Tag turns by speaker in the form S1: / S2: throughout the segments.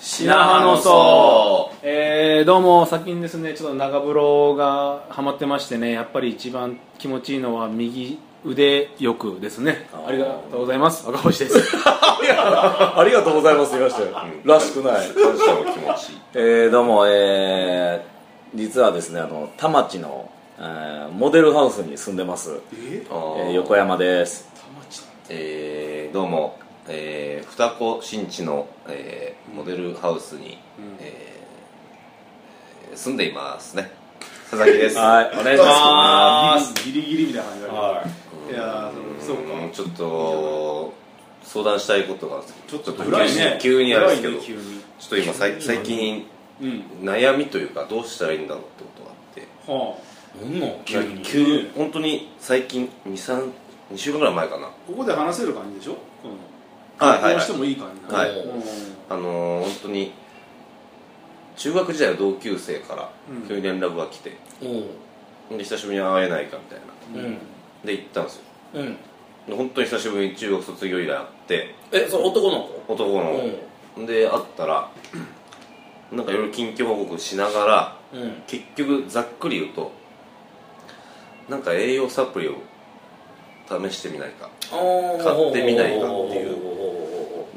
S1: 白羽の層えー、どうも最近ですねちょっと長風呂がハマってましてねやっぱり一番気持ちいいのは右腕くですねありがとうございます赤星です
S2: ありがとうございます。いましたよ。らしくない。
S3: 感謝の気持ち
S2: えー、どうも、えー、実はですね、あの、田町の、えーモデルハウスに住んでます。
S3: あ
S2: え
S3: ー
S2: ー横山です。
S3: えーどうも、えー、双子新地の、えーモデルハウスに、えー住んでいますね佐々木です
S2: はい、お願いしま
S1: ギリギリギリみたいな感じはいやーそうか
S3: うんちょっと相談したいことがあるんですけどちょっと
S1: 暗いね
S3: 急に急にあるんですけど、
S1: 暗いね
S3: ちょっと今さい最近
S1: 急にうん
S3: 悩みというかどうしたらいいんだろうってことがあって
S1: はあなんの急に
S3: 急本当に最近23 2週間ぐらい前かな
S1: ここで話せる感じでしょこの
S3: はいはいはい
S1: こうしてもいい感じな
S3: はい
S1: うん
S3: あのー本当に中学時代の同級生から
S1: うん
S3: 急に連絡が来て、
S4: おう
S3: で久しぶりに会えないかみたいな
S4: うん
S3: で行ったんですよ
S4: うん
S3: で本当に久しぶりに中学卒業以来会って
S4: えその男の子
S3: 男の子で会ったら なんかいろいろ近況報告しながら
S4: うんうん
S3: 結局ざっくり言うとなんか栄養サプリを試してみないか買
S4: 買
S3: ってみないかっていう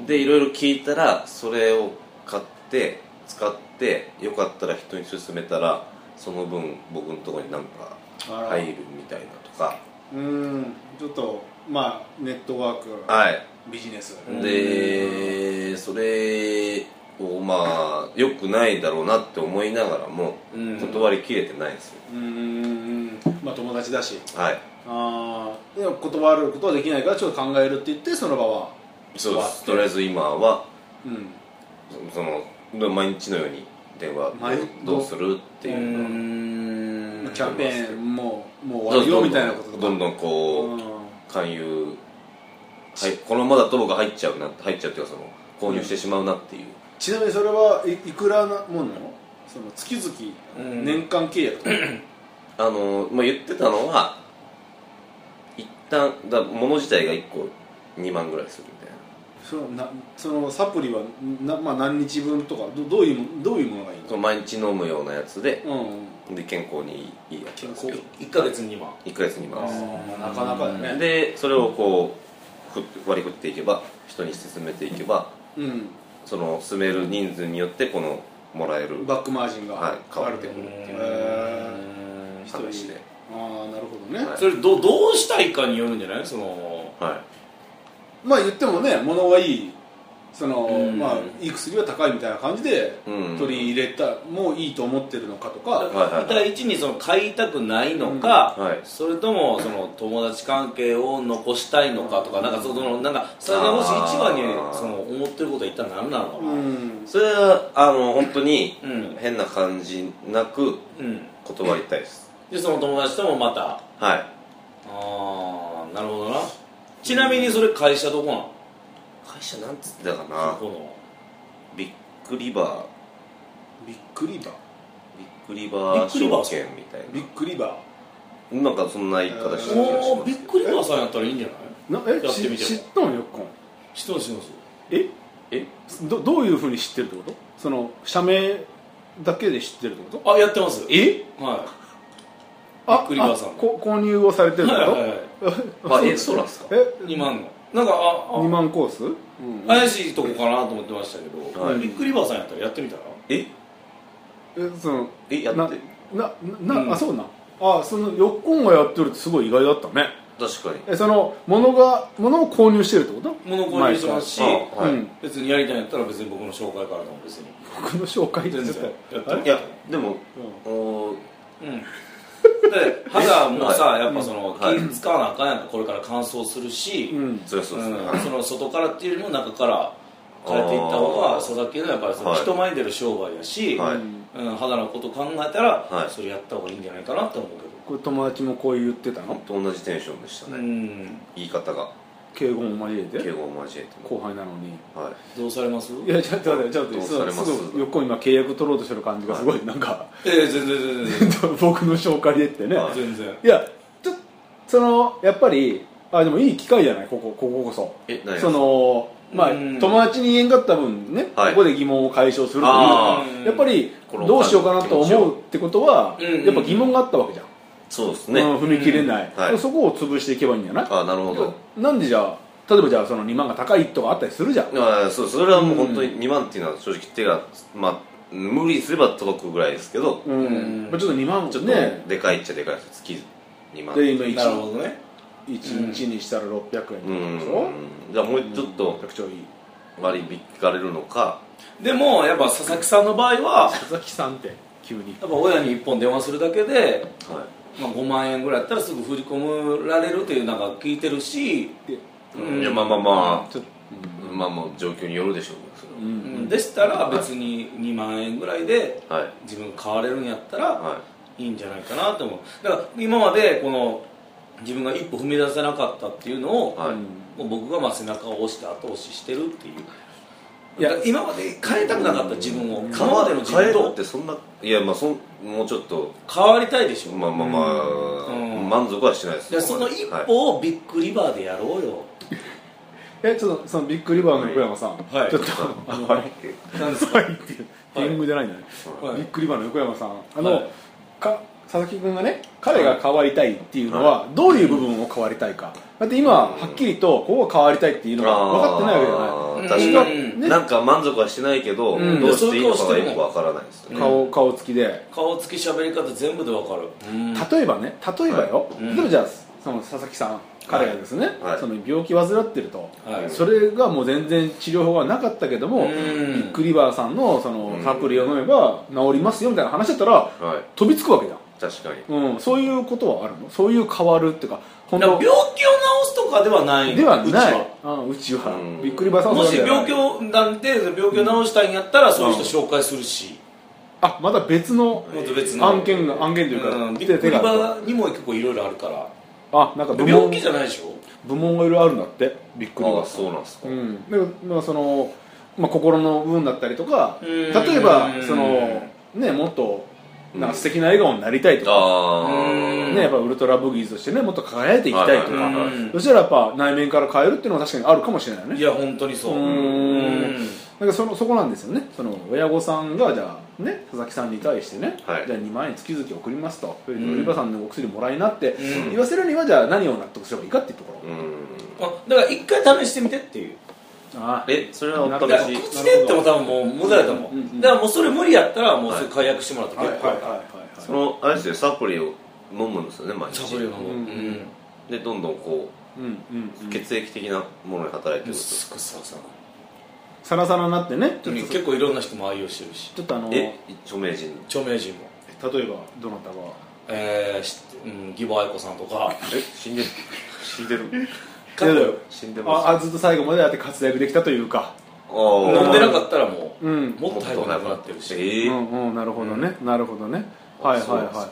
S3: でいろいろ聞いたらそれを買って使ってよかったら人に勧めたらその分僕のところになんか
S1: あら
S3: 入るみたいなとか
S1: うんちょっとまあネットワーク
S3: はい
S1: ビジネス
S3: でそれをまあ良くないだろうなって思いながらも
S4: うん
S3: 断りきれてないんですよ、
S1: うんまあ友達だし
S3: はい
S1: あーでも断ることはできないからちょっと考えるって言ってその場は
S3: そうですとりあえず今は
S1: うん
S3: そそので毎日のように電話
S1: 毎日
S3: どうするって
S4: う
S3: いうの
S4: ん
S1: キャンペーンもうもう
S3: を
S1: 終わるよみたいなこととか
S3: どんどんこう、勧誘はいこのままだと僕入っちゃうな入っちゃうっていうかその購入してしまうなっていう、
S1: ちなみにそれはいいくらなもんなのその月々
S4: うん
S1: 年間契約とか
S3: あのまあ言ってたのは一旦だ物自体が1個2万ぐらいするみたいな
S1: そのなそのサプリはな、まあ、何日分とかどどういうもどういうものがいい
S3: その毎日飲むようなやつで
S1: のうん
S3: で健康にいいやつなんですけど
S4: 1ヶ月に2万
S3: 1ヶ月2万です
S1: あなかなかだね
S3: でそれをこうふ割り振っていけば人に勧めていけば
S1: うん
S3: その勧める人数によってこのもらえる
S1: バックマージンが
S3: はい変わ
S1: あ
S3: る
S1: るてくるっていう
S4: うん
S1: へー一
S3: 話
S1: 人
S3: で
S1: ああなるほどね、
S3: はい
S4: それどどうしたいかによるんじゃないその
S3: は
S1: まあ言ってもね物はいいその、
S4: うん
S1: まあいい薬は高いみたいな感じで
S3: い、うん
S1: 取り入れたもういいと思ってるのかとか、
S3: はいはい
S4: 一対一にその買いたくないのか、
S3: うんはい
S4: それともその友達関係を残したいのかとか、なんかそのなんかそれがもし一番に
S3: あー
S4: その思ってることは一体何なのか
S1: う
S4: な、うん
S1: ん
S3: それはあの本当に
S4: うん
S3: 変な感じなく断りたいです、
S4: でその友達ともまた
S3: はい
S4: ああなるほどなちなみにそれ会社どこなの
S3: 会社なんつってたか
S4: そ
S3: な
S4: この
S3: ビックリバー
S1: ビックリバー
S3: ビックリバー
S4: ビックリバー
S3: 証券みたい
S1: ビックリバ
S3: ななんかそんな言い方してる気がし
S4: お
S3: ま
S4: ーびっ
S3: すけど
S4: くりバーさんやったらいいんじゃない
S1: ーなえ
S4: やって
S1: して
S4: み
S1: 知
S4: よ
S1: ったんよっこん
S4: 知ってます知ってます
S1: え
S3: え
S1: どどういうふうに知ってるってことその社名だけで知ってるってこと
S4: あやってます
S1: え
S4: は
S1: あ
S4: ビックリバーさん
S1: あこ購入をされて
S4: い
S1: るって
S4: はい
S1: こと、
S4: はいはい
S3: あえそうなんですか
S1: え
S4: 2万のなんかあ
S1: 二2万コース、うん
S4: あ怪しいとこかなと思ってましたけど、
S3: はい
S4: びっくりバーさんやったらやってみたら
S3: え
S1: えその
S3: えや
S1: な
S3: って
S1: ななな、
S4: うん
S1: あそうなんあそのよっこんがやってるってすごい意外だったね
S3: 確かに
S1: えその物が物を購入してるってこと
S4: 物購入してますし、
S3: あはい、
S1: うん、
S4: 別にやりたいんやったら別に僕の紹介からでも別に
S1: 僕の紹介って
S4: 全
S1: 言っ
S4: 然
S1: たあ
S4: やってます
S3: いやでも、
S1: う
S3: おー
S4: うんで肌もさ、
S3: はい
S4: やっぱその、
S3: はい
S4: 気使わなあかんやんかこれから乾燥するし、
S1: うん
S3: そりゃそうですね、
S4: うん
S3: はい
S4: その外からっていうよりも中から変えていった方が
S3: あー
S4: 佐々木のやっぱりその
S3: はい
S4: 人前に出る商売やし、
S3: はい
S4: うん、肌のこと考えたら、
S3: はい
S4: それやった方がいいんじゃないかなって思うけ
S1: これ友達もこう言ってた
S3: ほんと同
S1: の
S3: じテンションでしたね、
S4: ど、うん
S3: 言い方が
S1: 敬語も交えて
S3: 敬語を交えても
S1: 後輩なのに
S3: はい
S4: どうされます
S1: いやちょっと待ってちょっと待って
S3: どうされます
S1: すぐ横今契約取ろうとしてる感じがすごいなんか
S4: ええ全然全然
S1: 僕の紹介でってね
S3: はい
S4: 全然
S1: いやちょそのやっぱりあでもいい機会じゃないこここここそ
S3: え何が
S1: そのまあ、
S4: うん
S1: 友達に言えんかった分ね、
S3: はい
S1: ここで疑問を解消するという
S3: あ
S4: ー
S1: やっぱり
S3: この
S1: どうしようかなと思うってことは、
S4: うん
S1: やっぱ疑問があったわけじゃん、
S3: そうですね、
S1: うん踏み切れない、
S3: うんはい
S1: そこを潰していけばいいんじゃない
S3: あなるほど
S1: なんでじゃあ例えばじゃあその2万が高いとかあったりするじゃん、
S3: あーそうそれはもう本当に2万っていうのは正直手が、まあ、無理すれば届くぐらいですけど、
S1: うん
S4: うん
S1: まあ、ちょっと2万
S3: ちょっと
S1: ね
S3: でかいっちゃでかいです月2万
S1: で今
S4: なる
S1: 1,
S4: ほどね
S1: 1日にしたら600円とかでし
S3: うん
S1: ょ
S3: じゃあもうちょっと
S1: めちゃくちゃいい
S3: 割り引かれるのか
S4: でもやっぱ佐々木さんの場合は
S1: 佐々木さんって急に
S4: やっぱ親に1本電話するだけで、
S3: は
S4: まあ、5万円ぐらいやったらすぐ振り込められるっていうなんか聞いてるし、
S1: で
S3: い、
S4: うん
S3: いやまあまあま
S1: ちょっと
S3: あ、まあまあ状況によるでしょうけど
S1: うん、
S3: そ
S4: うんでしたら別に2万円ぐらいで
S3: れははい
S4: 自分が買われるんやったら
S3: はい
S4: いんじゃないかなと思うだから今までこの自分が一歩踏み出せなかったっていうのを、
S3: いはい、
S4: もう僕がまあ背中を押して後押ししてるっていう
S1: い
S4: い
S1: や
S4: や今まで変えたくなかった自分を
S3: 変
S4: 今ま
S3: わ
S4: での自分
S3: 変えるっ
S4: と
S3: てそんないやまあそんもうちょっと
S4: 変わりたいでしょ
S3: まあまあまあ、
S4: うん
S3: 満足はしないです
S4: いやその一
S3: はい
S4: 歩をビッグリバーでやろうよ
S1: えちょっとそのビッグリバーの横山さん、
S4: はい
S1: ちょっとあのはい
S4: なんですか
S1: っていう天狗じゃないんだね、
S4: はい
S1: ビッグリバーの横山さんあの、
S4: はい
S1: か佐々木君がね彼が変わりたいっていうのは、どういう部分を変わりたいかだって今はっきりとここが変わりたいっていうのが分かってないわけじゃない
S4: い
S3: あー
S4: うん
S3: 確かに、
S1: ね
S3: なんか満足はしてないけど、
S1: ん
S3: どうしていいのかがよくわからないですよね、
S1: 顔顔つきで
S4: 顔つき喋り方全部でわかるうん
S1: 例えばね例えばよ、
S4: うん
S1: 例えばじゃあその佐々木さん彼がですね、
S3: はい
S1: その病気患ってると、
S4: はい
S1: それがもう全然治療法がなかったけども、
S4: うん
S1: ビッグリバーさんのその
S3: うん
S1: サプリを飲めば治りますよみたいな話だったら
S3: はい
S1: 飛びつくわけじゃん、
S3: 確かに
S1: うん、そういうことはあるのそういう変わるっていうか本
S4: だから
S1: 当
S4: 病気を治すとかではない
S1: では
S4: うち
S1: ないあうちは
S3: うん
S1: ビックリバーさんは
S4: も
S1: そう
S4: し
S1: なんじゃない
S4: 病気をなんで病気を治したいんやったらそういう人紹介するし
S1: あまた別の
S4: もっと別の
S1: 案件が案件というか、
S4: うんビ
S1: 手
S4: ッグリ
S1: 手が
S4: バーにも結構いろいろあるから
S1: あなんか部
S4: 病
S1: 門
S4: 気じゃないでしょ
S1: 部門がいろいろあるんだってビックリ
S3: あ
S1: バ
S3: あ
S1: ーさん
S3: そうなんですか、
S1: うん、でもまあその、まあ、心の部分だったりとか
S4: うん
S1: 例えばその、ね、もっとなんか素敵な笑顔になりたいとか、
S3: あ
S4: うん
S3: あ
S1: ね、やっぱウルトラブギーズとして、ね、もっと輝いていきたいとか、
S3: はいはいはい
S4: うん
S1: そしたらやっぱ内面から変えるっていうのは確かにあるかもしれないよ
S4: い
S1: ね
S4: や本当にそうう
S1: ー
S4: うん
S1: んなんかそのそこなんですよねその親御さんがじゃあね佐々木さんに対してね、
S3: はい
S1: じゃあ2万円月々送りますと、
S4: ん
S1: ウルトラさんのお薬もらいなって、
S4: うん
S1: 言わせるにはじゃあ何を納得すればいいかっていうところ、
S3: うん
S4: あだから一回試してみてっていう
S1: ああ
S3: えそれはお
S1: なる
S4: だから
S3: 試し
S4: 口でやっても多分もう無駄やと思う、
S1: うんうん
S4: だからもうそれ無理やったらもうそれ解約してもらって
S1: はい
S4: 結
S1: はい
S4: 構
S1: は
S4: や
S1: い
S4: から、
S1: はい
S3: そのあれですよサプリを飲むんですよね毎
S4: サ
S3: 日
S4: プリのもう、
S1: うん
S4: うん
S3: でどんどんこ
S1: うんうんう
S3: うん血液的なものに働いてると
S4: すくささ
S1: サラサラになってねちょっと
S4: 結構いろんな人も愛用してるし
S1: ちょっとあの例
S3: え
S1: え
S3: 著名人
S4: 著名人も
S1: ばどなたが
S4: えーしうん、義母愛子さんとか
S3: え死んでる死んでる
S4: か
S1: いやだよ
S3: 死んでます
S1: ああずっと最後までやって活躍できたというか
S3: あー
S4: 飲んでなかったらもう、
S1: うん
S4: もっと早くなくなってるし、
S1: う
S3: えー
S1: んうんなるほどねなるほどねはいはいは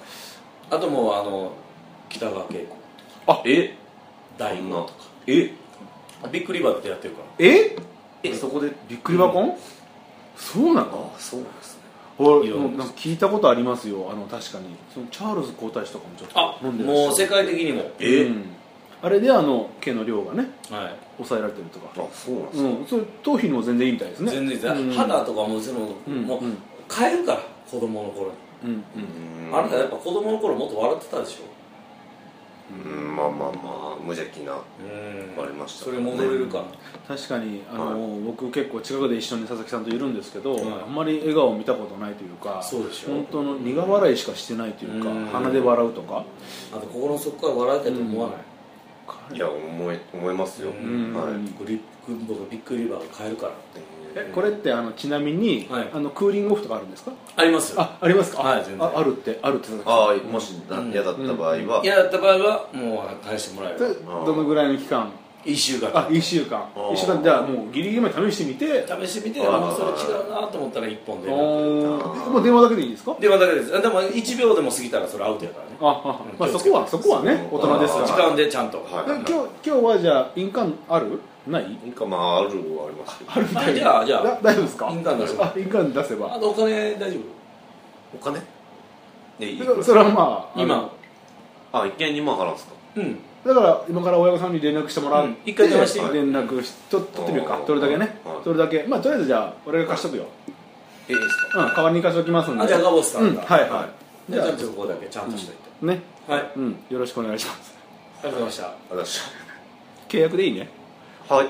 S4: あともうあの北川景子
S3: え
S4: 大
S3: そん
S4: 悟
S3: な
S4: とか
S3: え
S4: ビッグリバーってやってるから
S1: いえ
S3: えそこで
S1: びっくり箱、そうなの
S3: あそうなんですね
S1: 俺
S4: いや
S1: もうなんか聞いたことありますよあの確かにそのチャールズ皇太子とかもちょっ
S4: あ
S1: と飲んでらっしゃる
S4: もう世界的にも、
S3: え
S1: うんあれであの毛の量がね
S4: はい
S1: 抑えられてると
S3: あ
S1: か
S3: そうなんです
S1: う
S3: ね
S1: んそれ頭皮にも全然いいみたいですね
S4: 全然、
S1: うん
S4: 肌とかも全部
S1: うん
S4: もう
S1: うん
S4: 変えるから子供の頃に、
S1: うんうん
S3: うん
S4: あなたやっぱ子供の頃もっと笑ってたでしょ
S3: うんまあまあまあ無邪気な
S4: うん
S3: ありました
S4: それ戻れるから、
S1: 確かにあの、僕結構近くで一緒に佐々木さんといるんですけど、
S4: はい
S1: あんまり笑顔を見たことないというか
S4: そうでしょ
S1: 本当の苦笑いしかしてないというか、
S4: うん
S1: 鼻で笑うとか
S4: あと心の底から笑いたいと思わない、
S3: いや思い思いますよ、
S4: うん
S3: はい、
S1: うん
S4: 僕リップ僕ビッグリバーが変えるから
S1: えこれってあのちなみに、
S4: はい
S1: あのクーリングオフとかあるんですか
S4: ありますよ
S1: あありますか、
S4: はい全然
S1: ああるってあるって佐々木さん
S3: ああもしな
S4: うん
S3: 嫌だった場合は、
S4: 嫌だった場合はもう返してもらえ
S1: それ
S4: る
S1: どのぐらいの期間
S4: 1週間
S1: あ一1週間
S3: ー
S1: 1週間じゃあもうギリギリまで試してみて
S4: 試してみて
S3: あー
S4: あそれ違うなと思ったら1本で
S1: あーえもう電話だけでいいんですか
S4: 電話だけですあでも1秒でも過ぎたらそれアウトやからね
S1: ああ、まあ、
S4: 気
S1: そ
S4: をつけて
S1: こはそこはね大人です
S3: あ
S1: か
S3: ー
S1: ら
S4: 時間でちゃんと、
S3: は
S1: で
S3: い
S1: 今日今日はじゃあ印鑑あるない
S3: なんかまああるはありますけど
S4: あじゃあじゃあ
S1: だ大丈夫ですか
S4: 印鑑出せば
S1: あ印鑑出せば
S4: あとお金大丈夫
S3: お金でい
S1: で
S3: くら
S1: それはまああの
S4: 今
S3: あ一見2万払うんですか
S4: うん
S1: だから今から親御さんに連絡してもら
S4: う
S1: うん
S4: 一回電話して
S1: はい連絡しと取ってみるか
S3: うん
S1: 取るだけね
S3: うん
S1: 取るだけまあとりあえずじゃあ俺が貸しとくよ
S4: ええです
S1: うん代わりに貸しときますんで
S4: あじゃあガボスさ
S1: うんん
S4: が、
S1: はいはい
S4: じ
S1: じ
S4: ゃ
S1: ゃ
S4: あ
S1: あ
S4: ちょっとそこだけちゃんとしといて、
S1: ね
S4: はいあり
S1: うんよろしくお願いします
S4: がとうございました
S3: 私
S1: 契約でいいね
S3: はい